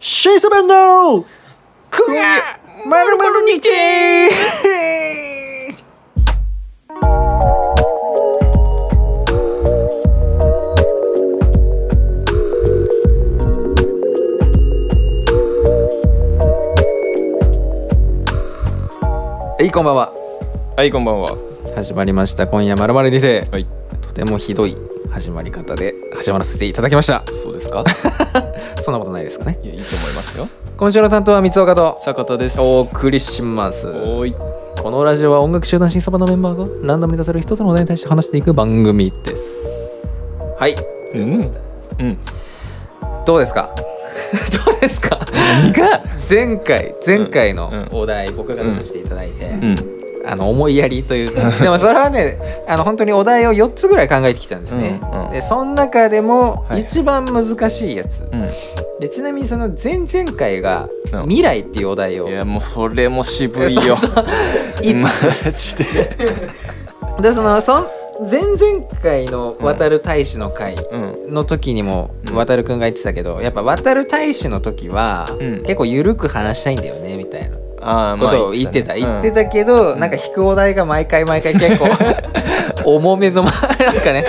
シースバンドクリアまるまるにてはいこんばんははいこんばんは始まりました今夜まるまるにてはいとてもひどい始まり方で始まらせていただきましたそうですか そんなことないですかねいやいいと思いますよ今週の担当は三岡と坂田ですお送りしますおーいこのラジオは音楽集団審査場のメンバーがランダムに出される一つのお題に対して話していく番組ですはいうんうんどうですか どうですか何が前回前回うのんお題僕が出させていただいて、うんあの思いやりという かでもそれはねあの本当にお題を4つぐらい考えてきたんですね、うんうんでその中でもはい一番難しいやつ、うでちなみにその前々回がうん「未来」っていうお題をんいやもうそれも渋いよ そうそう いつマジででそのそん前々回の「渡る大使」の回うんの時にもうん渡るくんが言ってたけどやっぱ渡る大使の時はうん結構緩く話したいんだよねみたいなああことを言ってたね言ってたけど、うんなんか引くお題が毎回毎回結 構重めのま なんかね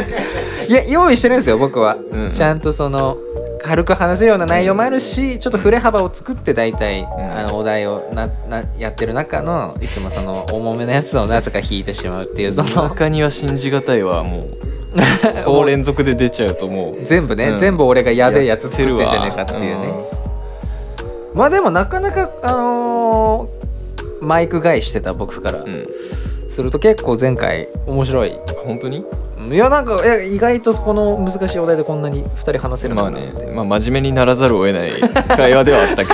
いや用意してるんですよ僕は、うんちゃんとその軽く話せるような内容もあるしちょっと振れ幅を作って大体、あのお題をななやってる中のいつもその重めのやつをなぜか引いてしまうっていうそうんの中には信じがたいわも うこう連続で出ちゃうともう全部ね、うん全部俺がやべえやつ作せっるてわんじゃねえかっていうね、まあでもなかなかあのーマイク返してた僕からうんうんすると結構前回面白い本当にいやなんかいや意外とこの難しいお題でこんなに2人話せるのまあかなっねて、まあ真面目にならざるを得ない会話ではあった け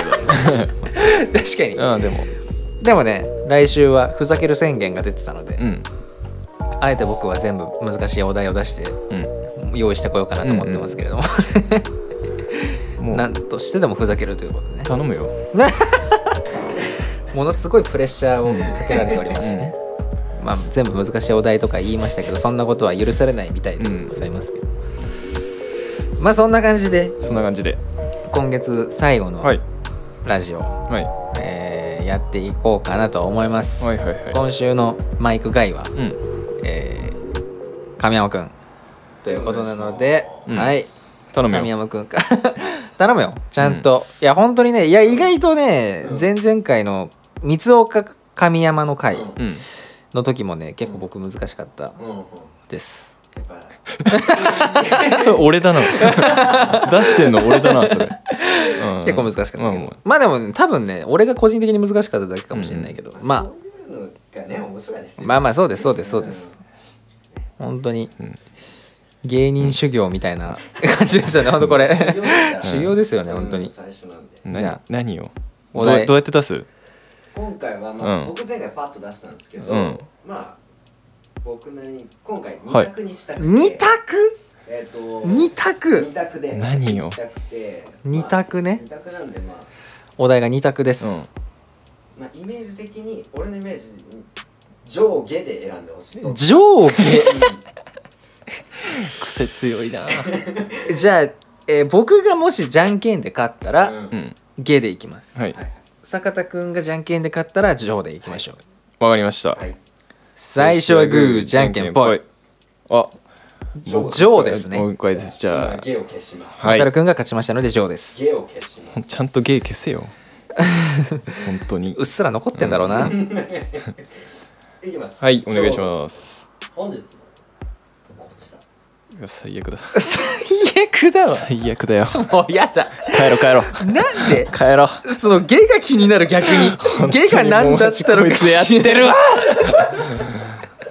ど 確かにああでもでもね来週はふざける宣言が出てたので、うんあえて僕は全部難しいお題を出してうん用意してこようかなと思ってますけれども、も うなんとしてでもふざけるということでね頼むよものすごいプレッシャーをかけられておりますね、まあ全部難しいお題とか言いましたけどそんなことは許されないみたいでございますけど、まあそんな感じでそんな感じで今月最後のはいラジオ、はいえーやっていこうかなと思います、はいはいはい今週のマイク外は、うんえー神山くんということなので、うんはい頼むよ神山くんか 頼むよちゃんと、いや本当にねいや意外とね前々回の三岡神山の回うんの時もね結構僕難しかったです、それ俺だな 出してんの俺だなそれ、うん結構難しかったけど、うんまあでもね、多分ね俺が個人的に難しかっただけかもしれないけど、まあまあまあそうですそうですそうです本当に、芸人修行みたいな 感じですよね本当これ 修行ですよね本当に最初なんで何じゃあ何をどおう題どうやって出す今回は、まあうん僕前回パッと出したんですけど、うんまあ僕なりに今回はい2択にしたくて、二択えっ、と二択二択で何よ行きたくて二択ねまあ二択なんでまあ、お題が二択です、まあ、イメージ的に俺のイメージに上下で選んでほしい上下 癖強いなじゃあ、えー僕がもしじゃんけんで勝ったら、うんうんゲでいきますはい坂田くんがじゃんけんで勝ったらジョーでいきましょうわかりました、はい最初はグーじゃんけんぽいあジョーですねもう一回ですじ今ゃ下を消しますあはい渡るくんが勝ちましたのでジョーです下を消しますちゃんと芸消せよ本 当にうっすら残ってんだろうな、いきますはいお願いしすます本日のこちらうわ最悪だ最悪だわ最悪だよもうやだ帰ろう帰ろうなんで帰ろうそのゲが気になる逆にゲが何だったの こかいつやって るわ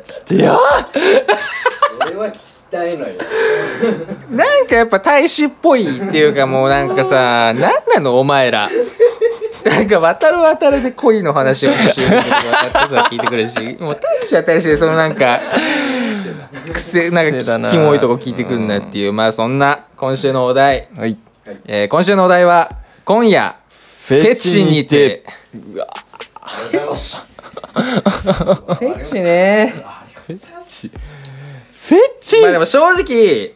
してよ俺は聞きたい のよなんかやっぱ大使っぽいっていうかもうなんか さ何なのお前らなんか渡る渡るで恋の話をしようと渡ってさ聞いてくる しもう大使は大使でそのなんか癖なん癖だかなキモいとこ聞いてくんなっていうまあそんな今週のお題、はいえー今週のお題は「今夜フェチにて」フェチねフェチまあでも正直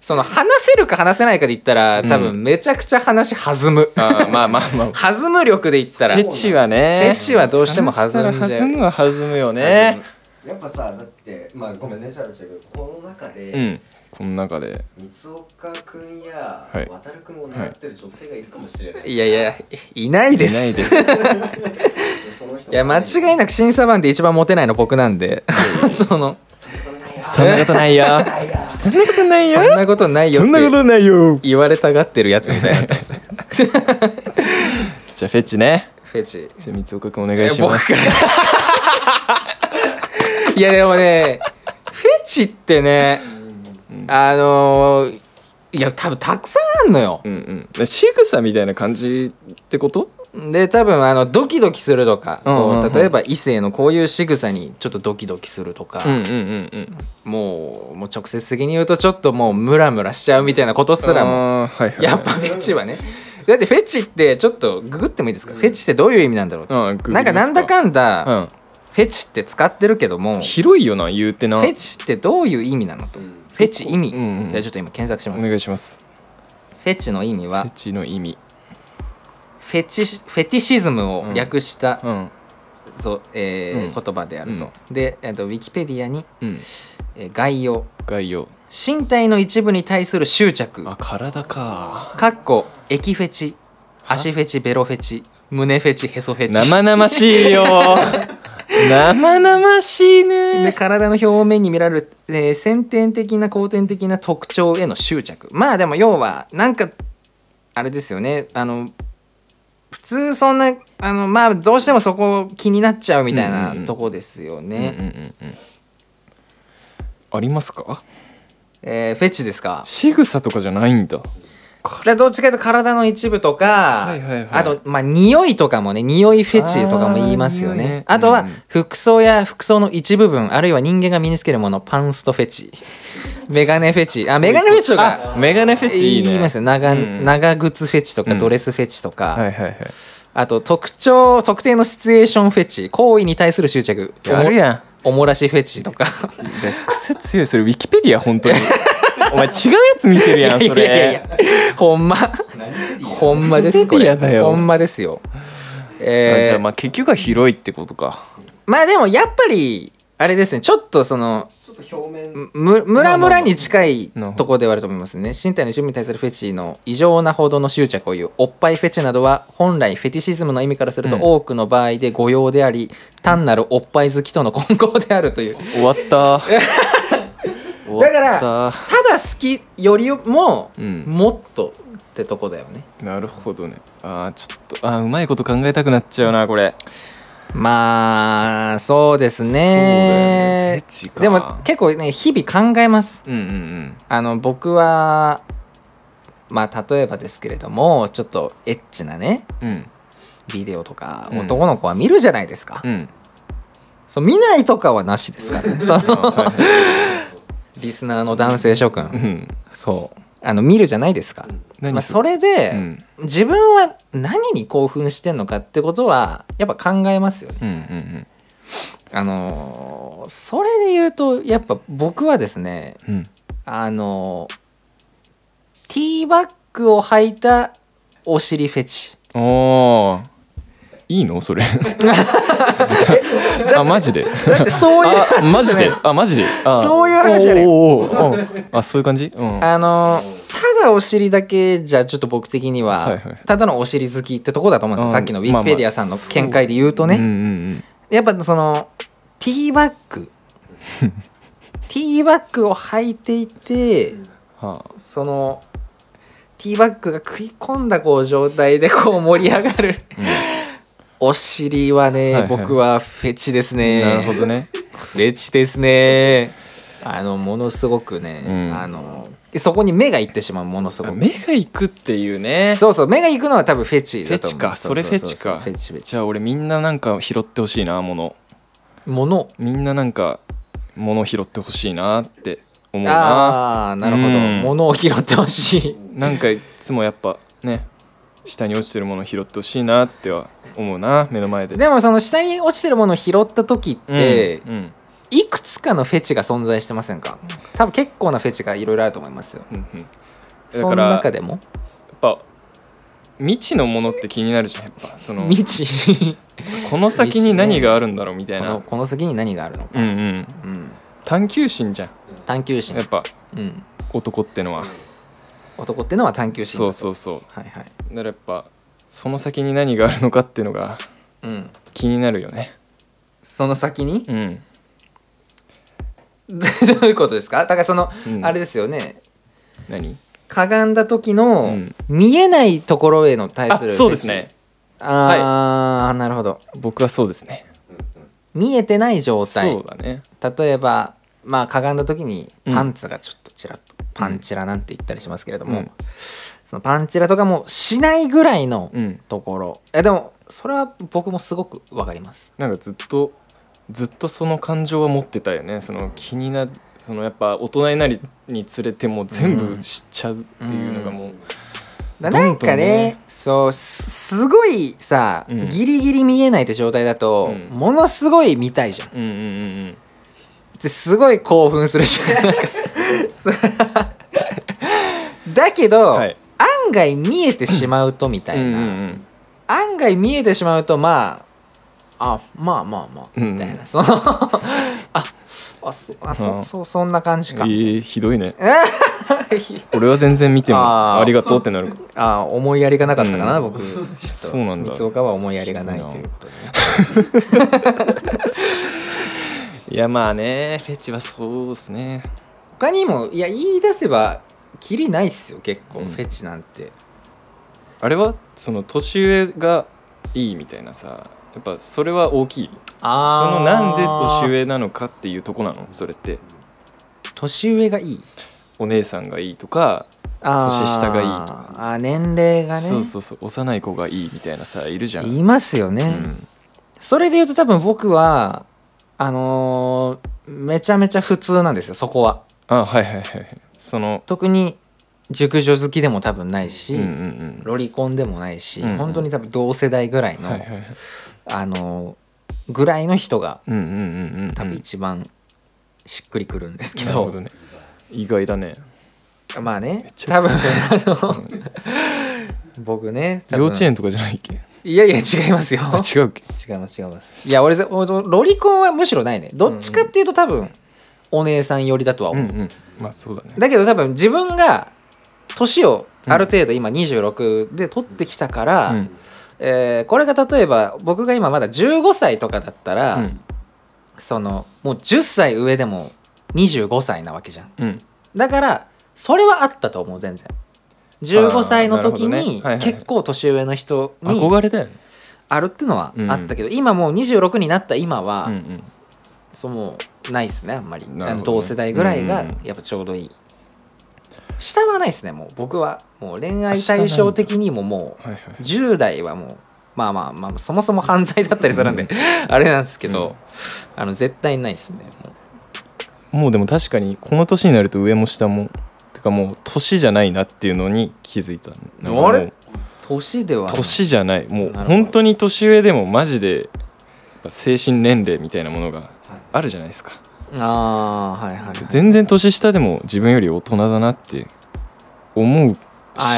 その話せるか話せないかで言ったら多分めちゃくちゃ話弾む、あーまあまあまあ 弾む力で言ったらフェチはねフェチはどうしても弾んじゃう話したら弾むは弾むよねやっぱさだってまあごめんねしゃべっちゃうけどこの中で、うんこの中で三岡君やはい渡る君を狙ってる女性がいるかもしれない、いやいやいないですいないですでその人いや間違いなく審査版で一番モテないの僕なんで その そんなことないよそんなことないそんなことないよそんなこってとないよ言われたがってるやつみ たいになってますじゃあフェチねフェチじゃあ三岡君お願いしますいや僕から いやでもねフェチってねあのーいや多分たくさんあるのようんうんで仕草みたいな感じってことで多分あのドキドキするとか、こううんうんうん例えば異性のこういう仕草にちょっとドキドキするとか、うんうんもうもう直接的に言うとちょっともうムラムラしちゃうみたいなことすらもあーはいはい やっぱフェチはねだってフェチってちょっとググってもいいですか、フェチってどういう意味なんだろうって、うんググりなますんかなんだかんだ、うんフェチって使ってるけどもフ広いよな言うてなェチってどういう意味なのと、フェチ意味、うんうんじゃあちょっと今検索しおます、願フいしますェチの意味はフェチの意味フェチシフェティシズムを略した、うんそうえーうん言葉であると、で、えっとウィキペディアに、うんえー概要概要身体の一部に対する執着あ体かかっこ駅フェチ足フェチベロフェチ胸フェチへそフェチ生々しい よ生々しいでね体の表面に見られる、えー先天的な後天的な特徴への執着まあでも要はなんかあれですよねあの普通そんなあのまあどうしてもそこ気になっちゃうみたいうんうなんうんとこですよね、うんうんうんうんありますかえーフェチですか仕草とかじゃないんだだからどっちかというと体の一部とか、はいはいはいあとまあ匂いとかもね匂いフェチとかも言いますよあー匂いねねあとうはん服装や服装の一部分あるいは人間が身につけるものパンストフェチ メガネフェチあメガネフェチとかあメガネフェチいいね言いますよ長,、うん長靴フェチとかうんドレスフェチとか、はいはいはいあと特徴特定のシチュエーションフェチ行為に対する執着おもやるやんおもらしフェチとかで癖強いそれウィキペディア本当に お前違うやつ見てるやんそれいやいやいやほんまほんまですこメれディアだよほんまですよえあーじゃあまあ結局は広いってことかまあでもやっぱりあれですねちょっとそのちょっと表面むムラムラに近いまあまあところではあると思いますね身体の趣味に対するフェチの異常なほどの執着を言うおっぱいフェチなどは本来フェティシズムの意味からするとうん多くの場合で誤用であり、単なるおっぱい好きとの混合であるという終わった 終だかわらっただ好きよりも、うんもっとってとこだよねなるほどねあーちょっとあーうまいこと考えたくなっちゃうなこれまあそうですねねフェチかでも結構ね日々考えますうんうんうんあの僕はまあ例えばですけれどもちょっとエッチなねうんビデオとかうん男の子は見るじゃないですか、うんそう見ないとかはなしです からねそのリスナーの男性諸う君んそうあの見るじゃないですか、何まあ、すそれで、うん自分は何に興奮してんのかってことはやっぱ考えますよねうんうんうんあのーそれで言うとやっぱ僕はですねうんあのティーバッグを履いたお尻フェチおーいいのそれ あマジでだってそう いうあマジであマジであそういう話じゃないおーおーおーおーあそういう感じうんあのただお尻だけじゃちょっと僕的には、はいはいただのお尻好きってとこだと思うんですよ、うんさっきのウィキペディアさんのまあまあ見解で言うとね、うんうんやっぱそのティーバッ グティーバッグを履いていてうんはあそのティーバッグが食い込んだこう状態でこう盛り上がる、お尻はね、はいはい僕はフェチですねなるほどねフェチですねあのものすごくね、うんあのそこに目がいってしまうものすごあく目が行くっていうねそうそう目が行くのは多分フェチフェだと思チうかそうれうフェチかフェチフェチじゃあ俺みんななんか拾ってほしいなものものみんななんかもの拾ってほしいなって思うなああなるほど、うんものを拾ってほしいなんかいつもやっぱね下に落ちてるもの拾ってほしいなっては思うな目の前ででもその下に落ちてるものを拾った時って、うんいくつかのフェチが存在してませんか多分結構なフェチがいろいろあると思いますようんうんそのだから中でもやっぱ未知のものって気になるじゃんやっぱその未知この先に何があるんだろうみたこいのなこの先に何があるのか、うんうんうん、探求心じゃん探求心やっ、ぱうん、男ってのは男ってのは探求心だそとうそうそうはいはいだからやっぱその先に何があるのかっていうのがうん、気になるよねその先に うんどういうことですかだからその、うんあれですよね何かがんだ時のうん見えないところへの対あするそうですねああー、なるほど僕はそうですね見えてない状そ態うだね例えばまあかがんだ時にうんパンツがちょっとちらっと、パンチラなんて言ったりしますけれども、うんそのパンチラとかもしないぐらいのうんところ、えでもそれは僕もすごくわかりますなんかずっとずっとその感情は持ってたよねその気になそのやっぱ大人になりにつれてもう全部知っちゃうっていうのがもう、だどなんどんねんかねそうすすごいさ、うんギリギリ見えないって状態だと、うんものすごい見たいじゃんうん、うんうんうんですごい興奮するじゃんな んかそだけど、はい案外見えてしまうとみたいな、うんうん案外見えてしまうとまああまあまあまあうんみたいな、そのああそあそ,、うんそそんな感じうんか、えあー、ひどいね俺は全然見てもあーありがとうってなる あ思いやりがなかったかな、うん僕ちょっとそうなんだ三岡は思いやりがないということで いやまあねフェチはそうですね他にもいや言い出せばキリないっすよ結構、うんフェチなんてあれはその年上がいいみたいなさやっぱそれは大きいそのなんで年上なのかっていうとこなのそれって年上がいいお姉さんがいいとかあー年下がいいとあー年齢がねそうそうそう幼い子がいいみたいなさいるじゃんいますよね、うんそれで言うと多分僕はあのーめちゃめちゃ普通なんですよそこはあはいはいはいその特に熟女好きでも多分ないし、うんうんうんロリコンでもないし、うんうん本当に多分同世代ぐらいの、はいはいはいあのーぐらいの人がうんうんうんうんうん多分一番しっくりくるんですけなるど,、ほどね意外だねまあねち多ゃ分あの僕ね多分幼稚園とかじゃないっけいやいや違いますよあ違うっけ違います違いますいや俺ぜ俺ロリコンはむしろないねどっちかっていうと多分お姉さん寄りだとはうん思うう、んまあそうだねだけど多分自分が年をある程度今26で取ってきたから、うんえーこれが例えば僕が今まだ15歳とかだったら、うんそのもう10歳上でも25歳なわけじゃんうんだからそれはあったと思う全然15歳の時あーなるほどにねはいはい結構年上の人に憧れだよねあるってのはあったけど、今もう26になった今は、うんうんそうもうないっすねあんまり、なるほどね同世代ぐらいがうんうんうんやっぱちょうどいい、下はないっすねもう僕はもう恋愛対象的にももはいはいう10代はもうまあまあまあそもそも犯罪だったりするんで あれなんですけど、あの絶対ないっすねももうでも確かにこの年になると上も下もてかもう年じゃないなっていうのに気づいたなんかもうあれう年ではない年じゃないもうなるほど本当に年上でもマジでやっぱ精神年齢みたいなものがあるじゃないですかああはいはいはい全然年下でも自分より大人だなって思うし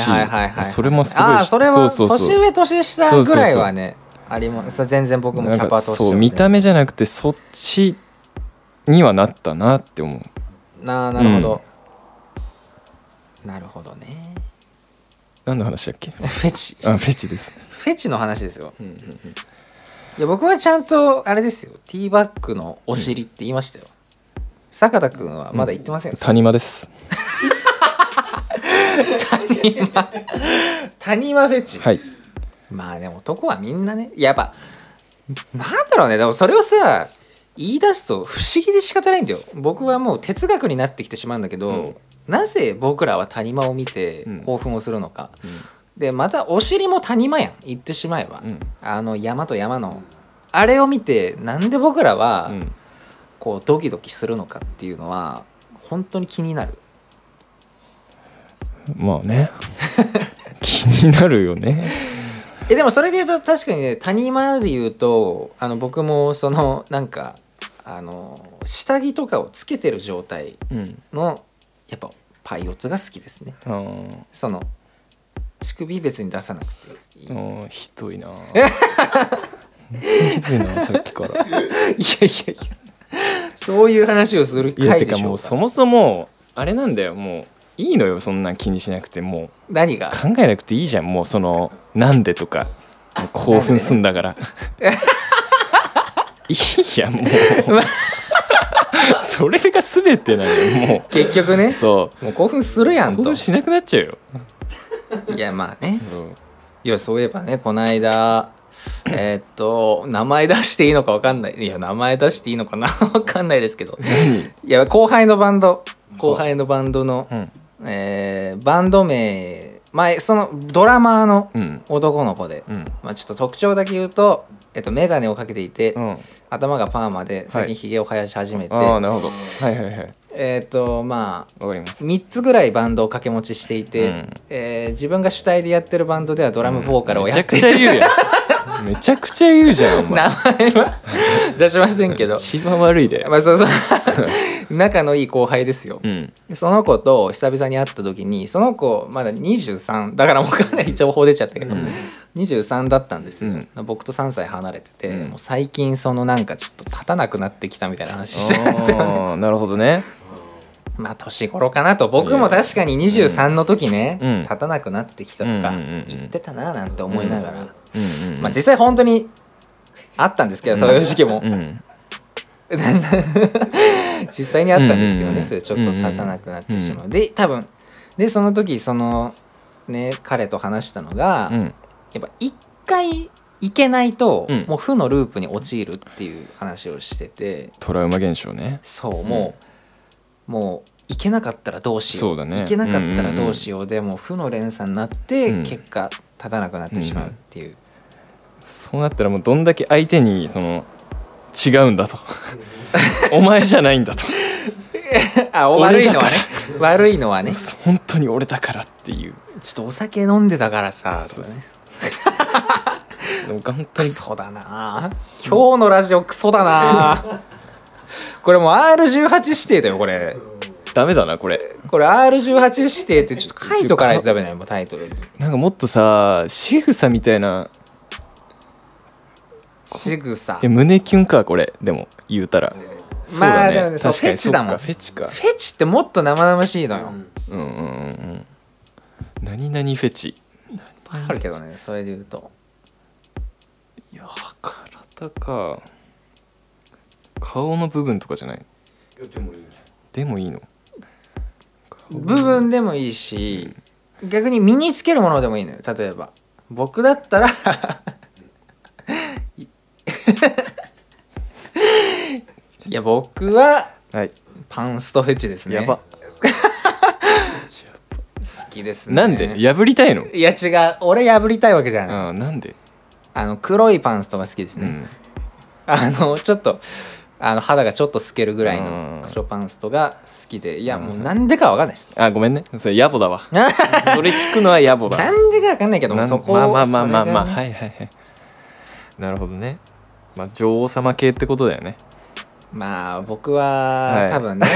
はいはいはいはいそれもすごいああしそれはそうそうそ年う上年下ぐらいはねありますそう全然僕もなキんャかパとしてそはうね見た目じゃなくてそっちにはなったなって思うなあなるほど、なるほどね何の話だっ けフェチあ フェチですフェチの話ですようんうんいや僕はちゃんとあれですよティーバッグのお尻って言いましたよ、坂田君はまだ言ってませんよ、谷間です谷間フェチ、はいまあでも男はみんなねやっぱなんだろうねでもそれをさ言い出すと不思議で仕方ないんだよ僕はもう哲学になってきてしまうんだけど、うんなぜ僕らは谷間を見てうん興奮をするのか、でまたお尻も谷間やん言ってしまえば、うんあの山と山のあれを見てなんで僕らは、うんこうドキドキするのかっていうのは本当に気になるまあ ね気になるよねえでもそれで言うと確かにね谷間で言うとあの僕もそのなんかあの下着とかをつけてる状態うんのやっぱパイオツが好きですねあーその乳首別に出さなくていいあーひどい なひどいなさっきからいやいやいやそういう話をするいや回てでしょうかかもうそもそもあれなんだよもういいのよそんなん気にしなくてもう何が考えなくていいじゃんもうそのなんでとかもう興奮すんだから いいやもうそれが全てなのよも結局ねうそもう興奮するやうんと興奮しなくなっちゃうよ、いやまあねうんいやそういえばねこの間えーっと名前出していいのかわかんないいや名前出していいのかなわかんないですけどいや後輩のバンド後輩のバンドの、うんえーバンド名前そのドラマーのうん男の子で、うんまあ、ちょっと特徴だけ言うと、えっと、眼鏡をかけていて、うん頭がパーマで最近ひげを生やし始めて、ああなるほどはいはいはいえっとまあわかります3つぐらいバンドを掛け持ちしていて、うんえー自分が主体でやってるバンドではドラムボーカルをめやちっゃくていちて、ゃ言うやんめちゃくちゃ言うじゃん お名前前は出しません けど、一番悪いでまあ、そうそう 仲のいい後輩ですよ、 うんその子と久々に会った時にその子まだ23だからもうかなり情報出ちゃったけど、23だったんですよ、僕と3歳離れてて、うんもう最近そのなんかちょっと立たなくなってきたみたいな話してたんですよねああなるほどね まあ年頃かなと僕も確かに23の時ね、うん立たなくなってきたとかうんうんうんうん言ってたななんて思いながら、うんうんまあ実際本当にあったんですけど、そういう時期 も、うん 実際にあったんですけどね、うんうんうんそれちょっと立たなくなってしまう、で多分でその時そのね彼と話したのが、うやんっぱ一回行けないと、うんもう負のループに陥るっていう話をしててトラウマ現象ねそうもう、もう行けなかったらどうしよそううだね行けなかったらどうしようで、もう負の連鎖になって、うん結果立たなくなってしまうっていう、そうなったらもうどんだけ相手にその違う んだとお前じゃないんだとあ悪俺いだのかはね悪いのはねちょ本当に俺だからっていうっとお酒飲んでたからさとかねでも本当クにソだな今日のラジオクソだ なこれもう R18 指定だよこれダメだなこれこれ R18 指定ってちょっと書いとかないとダメだよもうタイトルになんかもっとさ仕草みたいな仕草いや胸キュンかこれでも言うたらそうまあだでもねねそう確かフェにチそっだもかんフフェチかェチってもっと生々しいのようんうんうんうん何々フェチあるけどねそれで言うといや体か顔の部分とかじゃないでもいいんじでもいいの部分でもいいし逆に身につけるものでもいいのよ例えば僕だ ったらいいや僕ははいパンストフェチですねやば好きですねなんで破りたいのいや違う俺破りたいわけじゃない、あーなんであの黒いパンストが好きですうね、んあのちょっとあの肌がちょっと透けるぐらいうのん黒パンストが好きでいやもうなんでかわかんない ですあごめんねそれ野暮だわそれ聞くのは野暮だなんでかわかんないけどもなんそこまあまあまあまあまあ、それがねはいはいはいなるほどねまあ女王様系ってことだよねまあ僕ははい多分ね、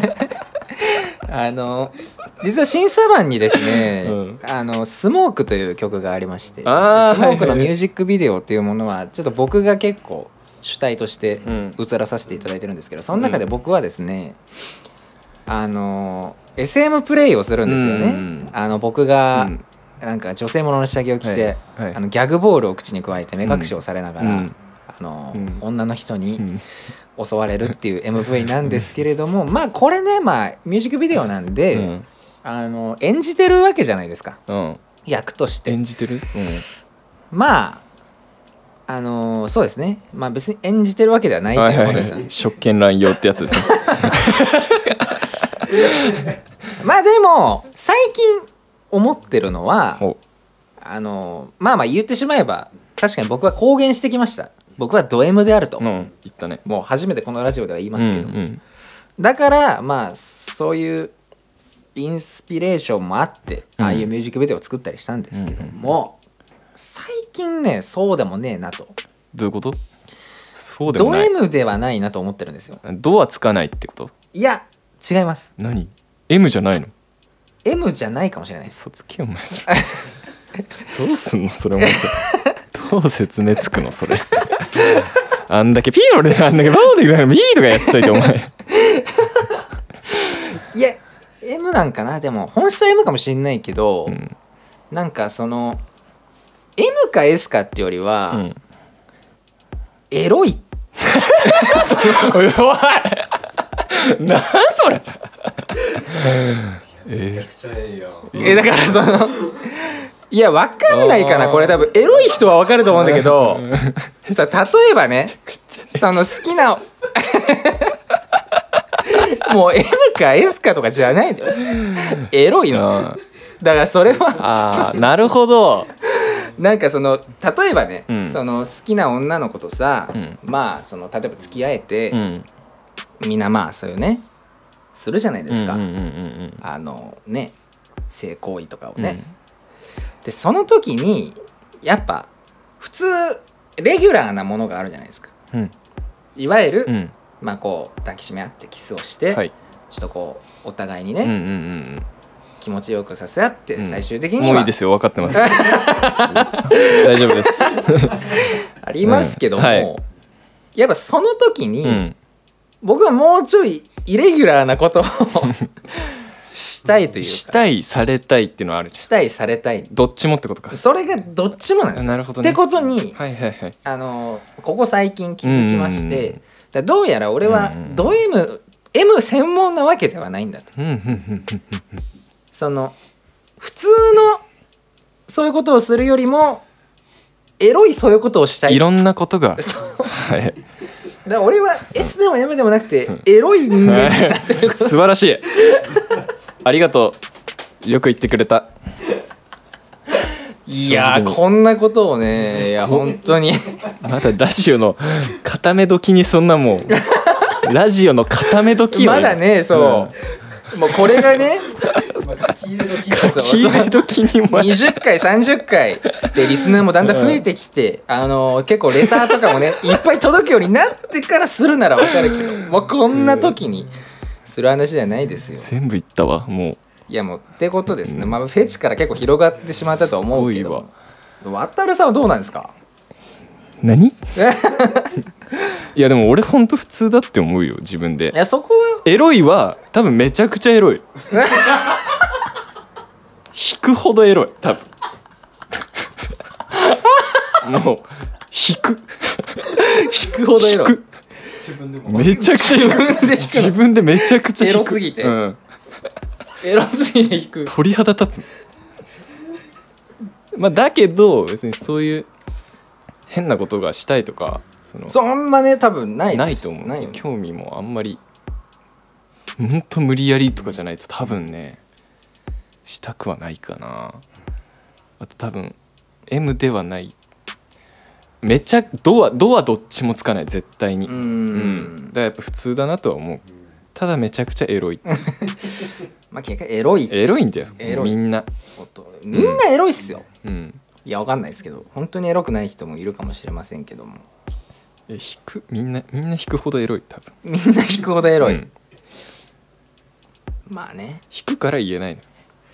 あの実は審査版にですね「うんあのスモークという曲がありましてスモあーークはいはいはのいミュージックビデオっていうものはちょっと僕が結構主体としてうん映らさせていただいてるんですけどその中で僕はですね、あの SM プレイをするんですよね。うんあの僕が、うんなんか女性ものの下着を着て、はいはいあのギャグボールを口にくわえて目隠しをされながら、うんうんあのうん女の人にん襲われるっていう MV なんですけれども、まあこれねまあミュージックビデオなんで、うんあの演じてるわけじゃないですかうん役として演じてるまああのそうですねまあ別に演じてるわけではなういんとはいいうはこいとはですよねい職権乱用ってや つですねまあでも最近思ってるのはおあのまあまあ言ってしまえば確かに僕は公言してきました僕はド M であると、うん言ったねもう初めてこのラジオでは言いまうんすけども、うんだからまあそういうインスピレーションもあってうんああいうミュージックビデオを作ったりしたんですけども、最近ねそうでもねえなとどういうことそうでもドない M ではないなと思ってるんですよドはつかないってこといや違います何 M じゃないの M じゃないかもしれないです嘘つけよお前それ どうすんのそれお前さどう説明つくの それあんだけピーロであんだけバオでぐらいのビーとかやっといてお前いや M なんかなでも本質は M かもしれないけど、うんなんかその M か S かってよりは、うんエロい おいおいなんそれめちゃくちゃええやんえだからそのいやわかんないかなこれ多分エロい人はわかると思うんだけどさ例えばねその好きなもう M か S かとかじゃないのよエロいのあだからそれはあーなるほどなんかその例えばね、うんその好きな女の子とさ、うんまあその例えば付き合えて、うんみんなまあそういうねするじゃないですか、うんうんうんうんあのね性行為とかをね、うんでその時にやっぱ普通レギュラーなものがあるじゃないですかうんいわゆる、うんまあこう抱きしめ合ってキスをして、はいちょっとこうお互いにうね、んうんうん気持ちよくさせ合って、うん最終的うんにもういいはですよ分かってます 大丈夫ですありますけども、うんはいやっぱその時に、うん僕はもうちょいイレギュラーな ことをしたいというかしたいされたいっていうのはあるじしたいされたいゃんどっちもってことかそれがどっちもなんですよなるほどねってことに、はいはいはいあのここ最近気づきましうんうんうんうて、んだからどうやら俺はうんうんド M,、M 専門なわけではないんだとうんうんうんうんその普通のそういうことをするよりもエロいそういうことをしたいいろんなことがそうはいだから俺は S でも M でもなくてエロい人間だと いうこと素晴らしいありがとうよく言ってくれたいやーこんなことをねいや本当にまだラジオの固め時にそんなも うラジオの固め時をまだねそう、もうこれがねまた黄色の黄そうそう決め時にお前20回30回でリスナーもだんだん増えてきて、あの結構レターとかもねいっぱい届くようになってからするならわかるけどもうこんな時にする話じゃないですよ全部言ったわもういやもうってことですね、まあ、フェチから結構広がってしまったと思うけすごいど渡るさんはどうなんですか 何いやでも俺ほんと普通だって思うよ自分でいやそこはエロいは多分めちゃくちゃエロい引くほどエロい多分もう引く引くほどエロい引く自分でもめちゃくちゃ引くで引くの自分でめちゃくちゃ引くエロすぎてうん、エロすぎて引く鳥肌立つまあだけど別にそういう変なことがしたいとかそのそんなね多分ないですないと思うないよね興味もあんまりほんと無理やりとかじゃないと多分ねしたくはないかなあと多分 M ではないめちゃドはドはどっちもつかない絶対にうーうんだんからやっぱ普通だなとは思うただめちゃくちゃエ ロいまあ結局エロいエロいんだよエロいみんなことみんなエロいっすよ、うんいやわかんないですけど本当にエロくない人もいるかもしれませんけどもえ引くみんなみんな引くほどエロい多分みんな引くほどエロい、うんまあね引くから言えないの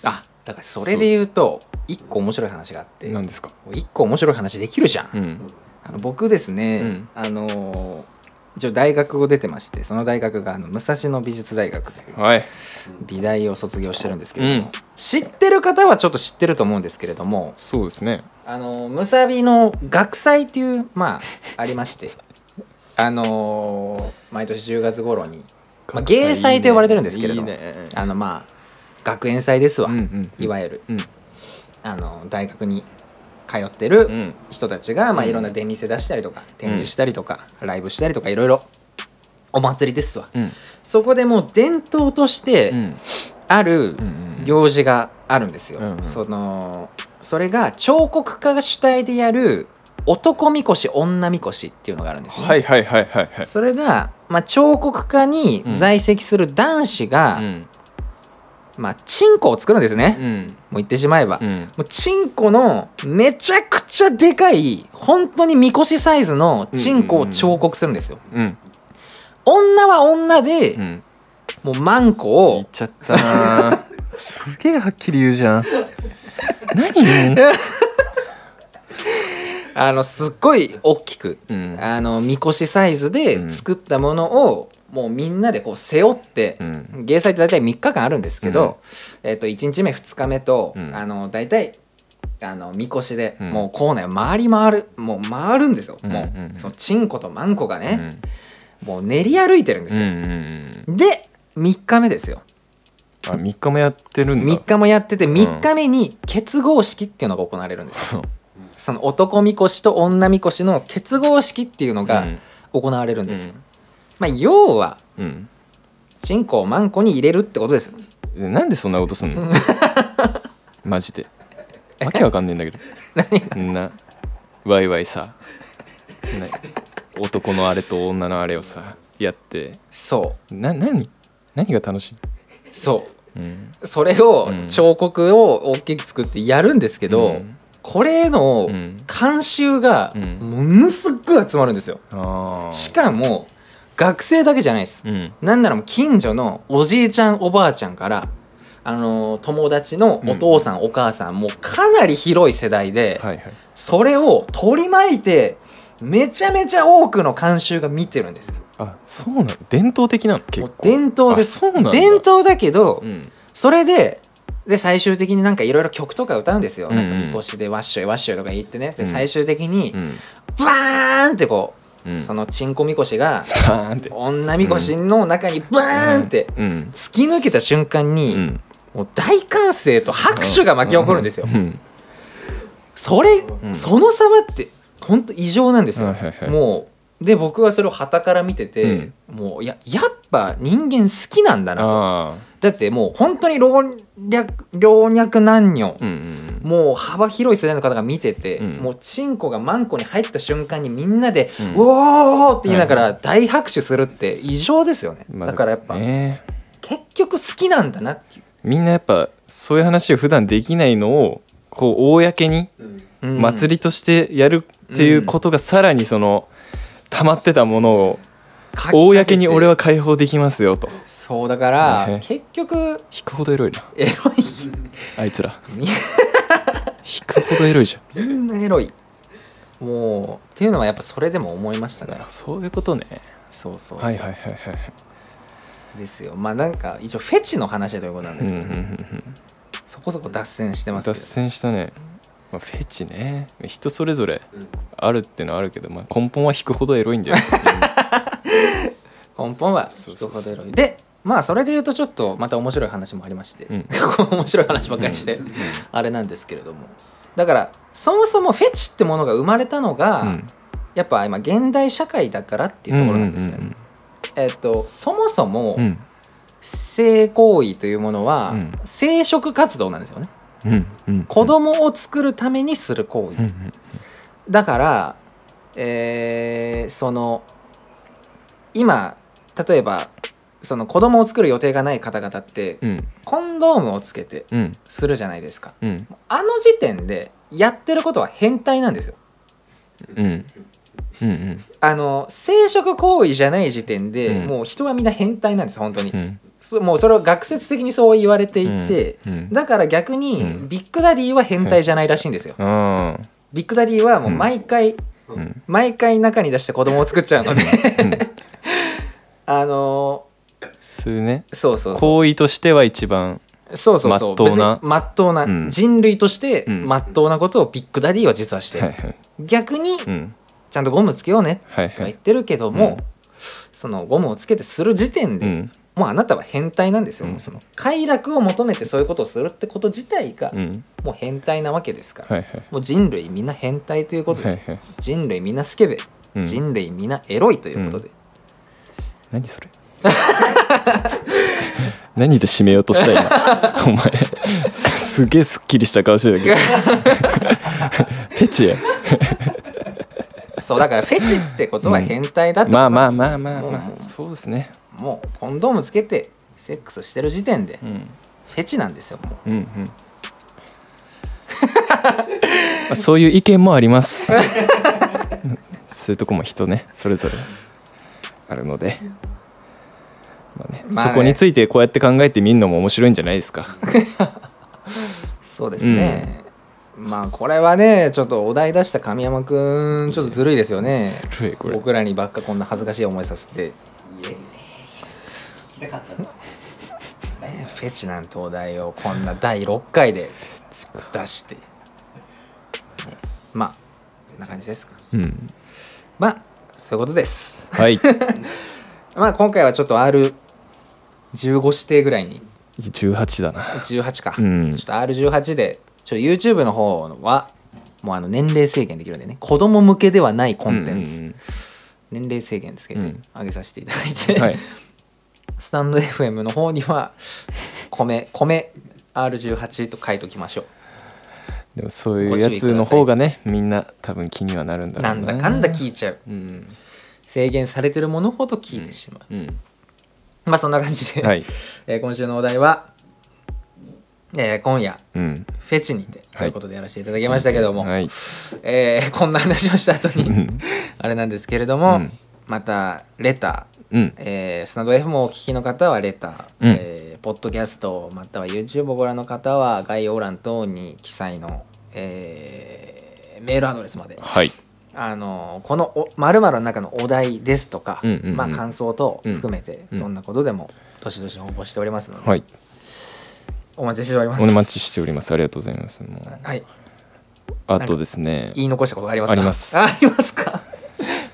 あだからそれで言うと一個面白い話があって何ですか一個面白い話できるじゃん、うんあの僕ですね、うんあのー一応大学を出てましてその大学があの武蔵野美術大学ではい美大を卒業してるんですけれども、うん知ってる方はちょっと知ってると思うんですけれどもそうですねあのむさびの学祭っていうまあありまして あのー毎年10月頃に、まあ、芸祭と呼ばれてるんですけれどもいいねあのまあ学園祭ですわ、うんうんうんいわゆるうんあの大学に通ってるうん人たちが、まあ、いろんな出店出したりとか展示したりとか、ライブしたりとかいろいろお祭りですわ、うんそこでもう伝統としてうんあるうんうん行事があるんですよ、うんうんそのそれが彫刻家が主体でやる男みこし女みこしっていうのがあるんですね、はいはいはいはいはいそれが、まあ、彫刻家に在籍する男子がうんまあチンコを作るんですね、うんもう言ってしまえば、うんもうチンコのめちゃくちゃでかい本当にみこしサイズのチンコを彫刻するんですよ、うん女は女で、うんもうマンコ言をっちゃったなすげえはっきり言うじゃん何あのすっごい大きく、うんあのみこしサイズで作ったものを、もうみんなでこう背負って、うん芸祭って大体3日間あるんですけど、えっと1日目2日目と、うんあの大体あのみこしで、うんもう校内を回り回るもう回るんですよ、うんもうんうそのチンコとマンコがうね、んもう練り歩いてるんですうんうよ、んうんで3日目ですよあ3日もやってるんだ3日もやってて3日目に結合式っていうのが行われるんですよ、その男みこしと女みこしの結合式っていうのがうん行われるんです、うんまあ要はうんチンコをマンコに入れるってことですえなんでそんなことすんのマジでわけわかんねえんだけど何なワイワイさな男のあれと女のあれをさやってそな何何が楽しい、うそうん、うそれをうん彫刻を大きく作ってやるんですけど、うんこれのうん監修がうんものすっごい集まるんですよ、ああしかも学生だけじゃないです、うんなんならもう近所のおじいちゃんおばあちゃんから、あのー友達のお父さん、お母さんもうかなり広い世代で、はいはいそれを取り巻いてめちゃめちゃ多くの観衆が見てるんですあそうなの伝統的なの結も構う伝統ですあそうなんだ伝統だけど、うんそれでで最終的になんかいろいろ曲とか歌うんですよ、うんうんなんかみこしでワッショイワッショイとか言ってねでうん最終的にうんバーンってこう、うんそのチンコみこしがバーンって女みこしの中にバーンってうん突き抜けた瞬間に、うんもう大歓声と拍手が巻き起こるんですよ、うんそれ、んその様って本当異常なんですよ、はいはいはいもうで僕はそれを旗から見てて、もういややっぱ人間好きなんだなああだってもう本当に老若老若男女、うんうんもう幅広い世代の方が見てて、うんもうチンコがマンコに入った瞬間にみんなで「ううんおー!」って言いながら大拍手するって異常ですよね、うんまあだからやっぱ、ね結局好きなんだなっていうみんなやっぱそういう話を普段できないのをこう公にうんうん祭りとしてやるっていうことがさらにその溜まってたものをかき立てて公に俺は解放できますよとそうだから、ね結局引くほどエロいなエロいあいつ らみ引くほどエロいじゃみんなエロいもうっていうのはやっぱそれでも思いましたねんそういうことねそうそうそうはいはいはいはいですよまあなんか一応フェチの話ということなんうでんうすよ、んうんうんそこそこ脱線してますけど脱線したねまあフェチね人それぞれうんあるってのはあるけどまあ根本は引くほどエロいんだよ根本はそう人そうそほうどエロいでまあそれで言うとちょっとまた面白い話もありまして、うん 面白い話ばっかりして、あれなんですけれどもだからそもそもフェチってものが生まれたのが、うんやっぱ今現代社会だからっていうところなんですよね、うんえっとそもそもうん性行為というものは、うん生殖活動なんですよねうんうんうんうん子供を作るためにする行為、うんうんだから、えーその今例えばその子供を作る予定がない方々って、うんコンドームをつけてうんするじゃないですかうんあの時点でやってることは変態なんですようんうんうんあの生殖行為じゃない時点で、うんもう人はみんな変態なんです本当に、うんそもうそれを学説的にそう言われていて、うんうんだから逆に、うんビッグダディは変態じゃないらしいんですよ、あビッグダディはもう毎回、ーうん毎回中に出して子供を作っちゃうので あのそういうねーそうそうそう行為としては一番そうそうそう真っ当な別に真っ当な、うん人類としてうん真っ当なことをビッグダディは実はしてる、はいはい逆にうんちゃんとゴムつけようねはいとかは言っいてるけども、うんそのゴムをつけてする時点うで、んもうあなたは変態なんですよ、うんその快楽を求めてそういうことをするってこと自体がうんもう変態なわけですから、はいはいもう人類みんな変態ということで、はいはい人類みんなスケベ、うん人類みんなエロいということで、何それ何で締めようとした 今お前すげえすっきりした顔してたけどフェチやそうだからフェチってことは変態だってことまなあんですまあまあまあもうまあそうですねもうコンドームつけてセックスしてる時点でうんフェチなんですよもうんうん。まあそういう意見もあります。そういうとこも人ねそれぞれあるので、まあねまあねそこについてこうやって考えてみるのも面白いんじゃないですか。うそうですね、まあこれはねちょっとお題出した神山くんちょっとずるいですよ ねずるいこれ僕らにばっかこんな恥ずかしい思いさせていえいえ聞きたかったんですねフェチなんてお題をこんな第6回で出して、ねまあこんな感じですかうん、まあそういうことですはい。まあ今回はちょっと R15 指定ぐらいに18だな。 18か、うんちょっと R18 でちょっと YouTube の方はもうあの年齢制限できるんでね子供向けではないコンテンツ、うんうん年齢制限つけてうん上げさせていただいて、うん はい。スタンド FM の方には米米 R18 と書いときましょでもそういうやつの方がねみんな多分気にはなるんだうろなうんな。だかんだ聞いちゃううん制限されてるものほど聞いてしまう、うん。まあそんな感じで、はい。えー今週のお題は、えー今夜うん。フェチにてとはいいうことでやらせていただきましたけども、はい。えーこんな話をした後にあれなんですけれども、うんまたレター、うん。えースナド F もお聞きの方はレター、うんえーポッドキャストまたは YouTube をご覧の方は概要欄等に記載の、えーメールアドレスまではい。あのこのお「まるの中のお題ですとか、うんうんうんまあ、感想等含めてうんどんなことでもどしどし応募しておりますので、はい。お待ちしております。お待ちしております。ありがとうございます。もうはい、あとですね、言い残したことがありますかあります ありますか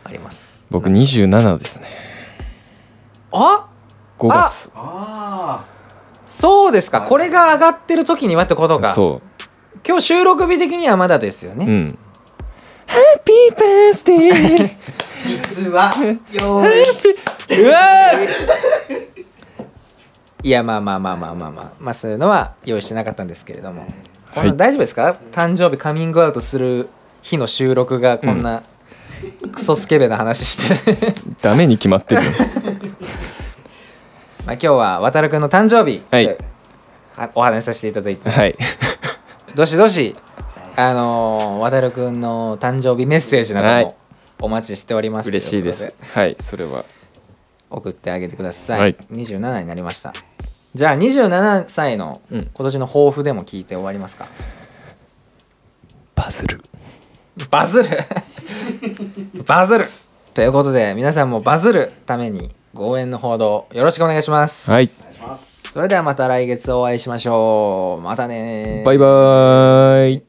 あります。僕27ですね。あ5月。あそうですかこれが上がってる時にはってことかそ今日収録日的にはまだですよう。ね、うん。ハッピーバースデ ーあ実は用 意うわいやまあまあまあまあまあまあまあそういうのは用意してなかったんですけれども、こんいな大丈夫ですか誕生日カミングアウトする日の収録がこんな、クソスケベな話して ーダメに決まってるよ。まあ今日は渡るくんの誕生日、はいあお話しさせていただいて はい。どしどしあのー、渡るくんの誕生日メッセージなどはいもお待ちしておりますとうこ嬉としいです。はい、それは。送ってあげてください、はい27になりましたじゃあ27歳のう今ん年の抱負でも聞いて終わりますか、バズる。バズる バズるということで皆さんもバズるために応援の報道よろしくお願いします、はい。それではまた来月お会いしましょうまたねーバイバーイ。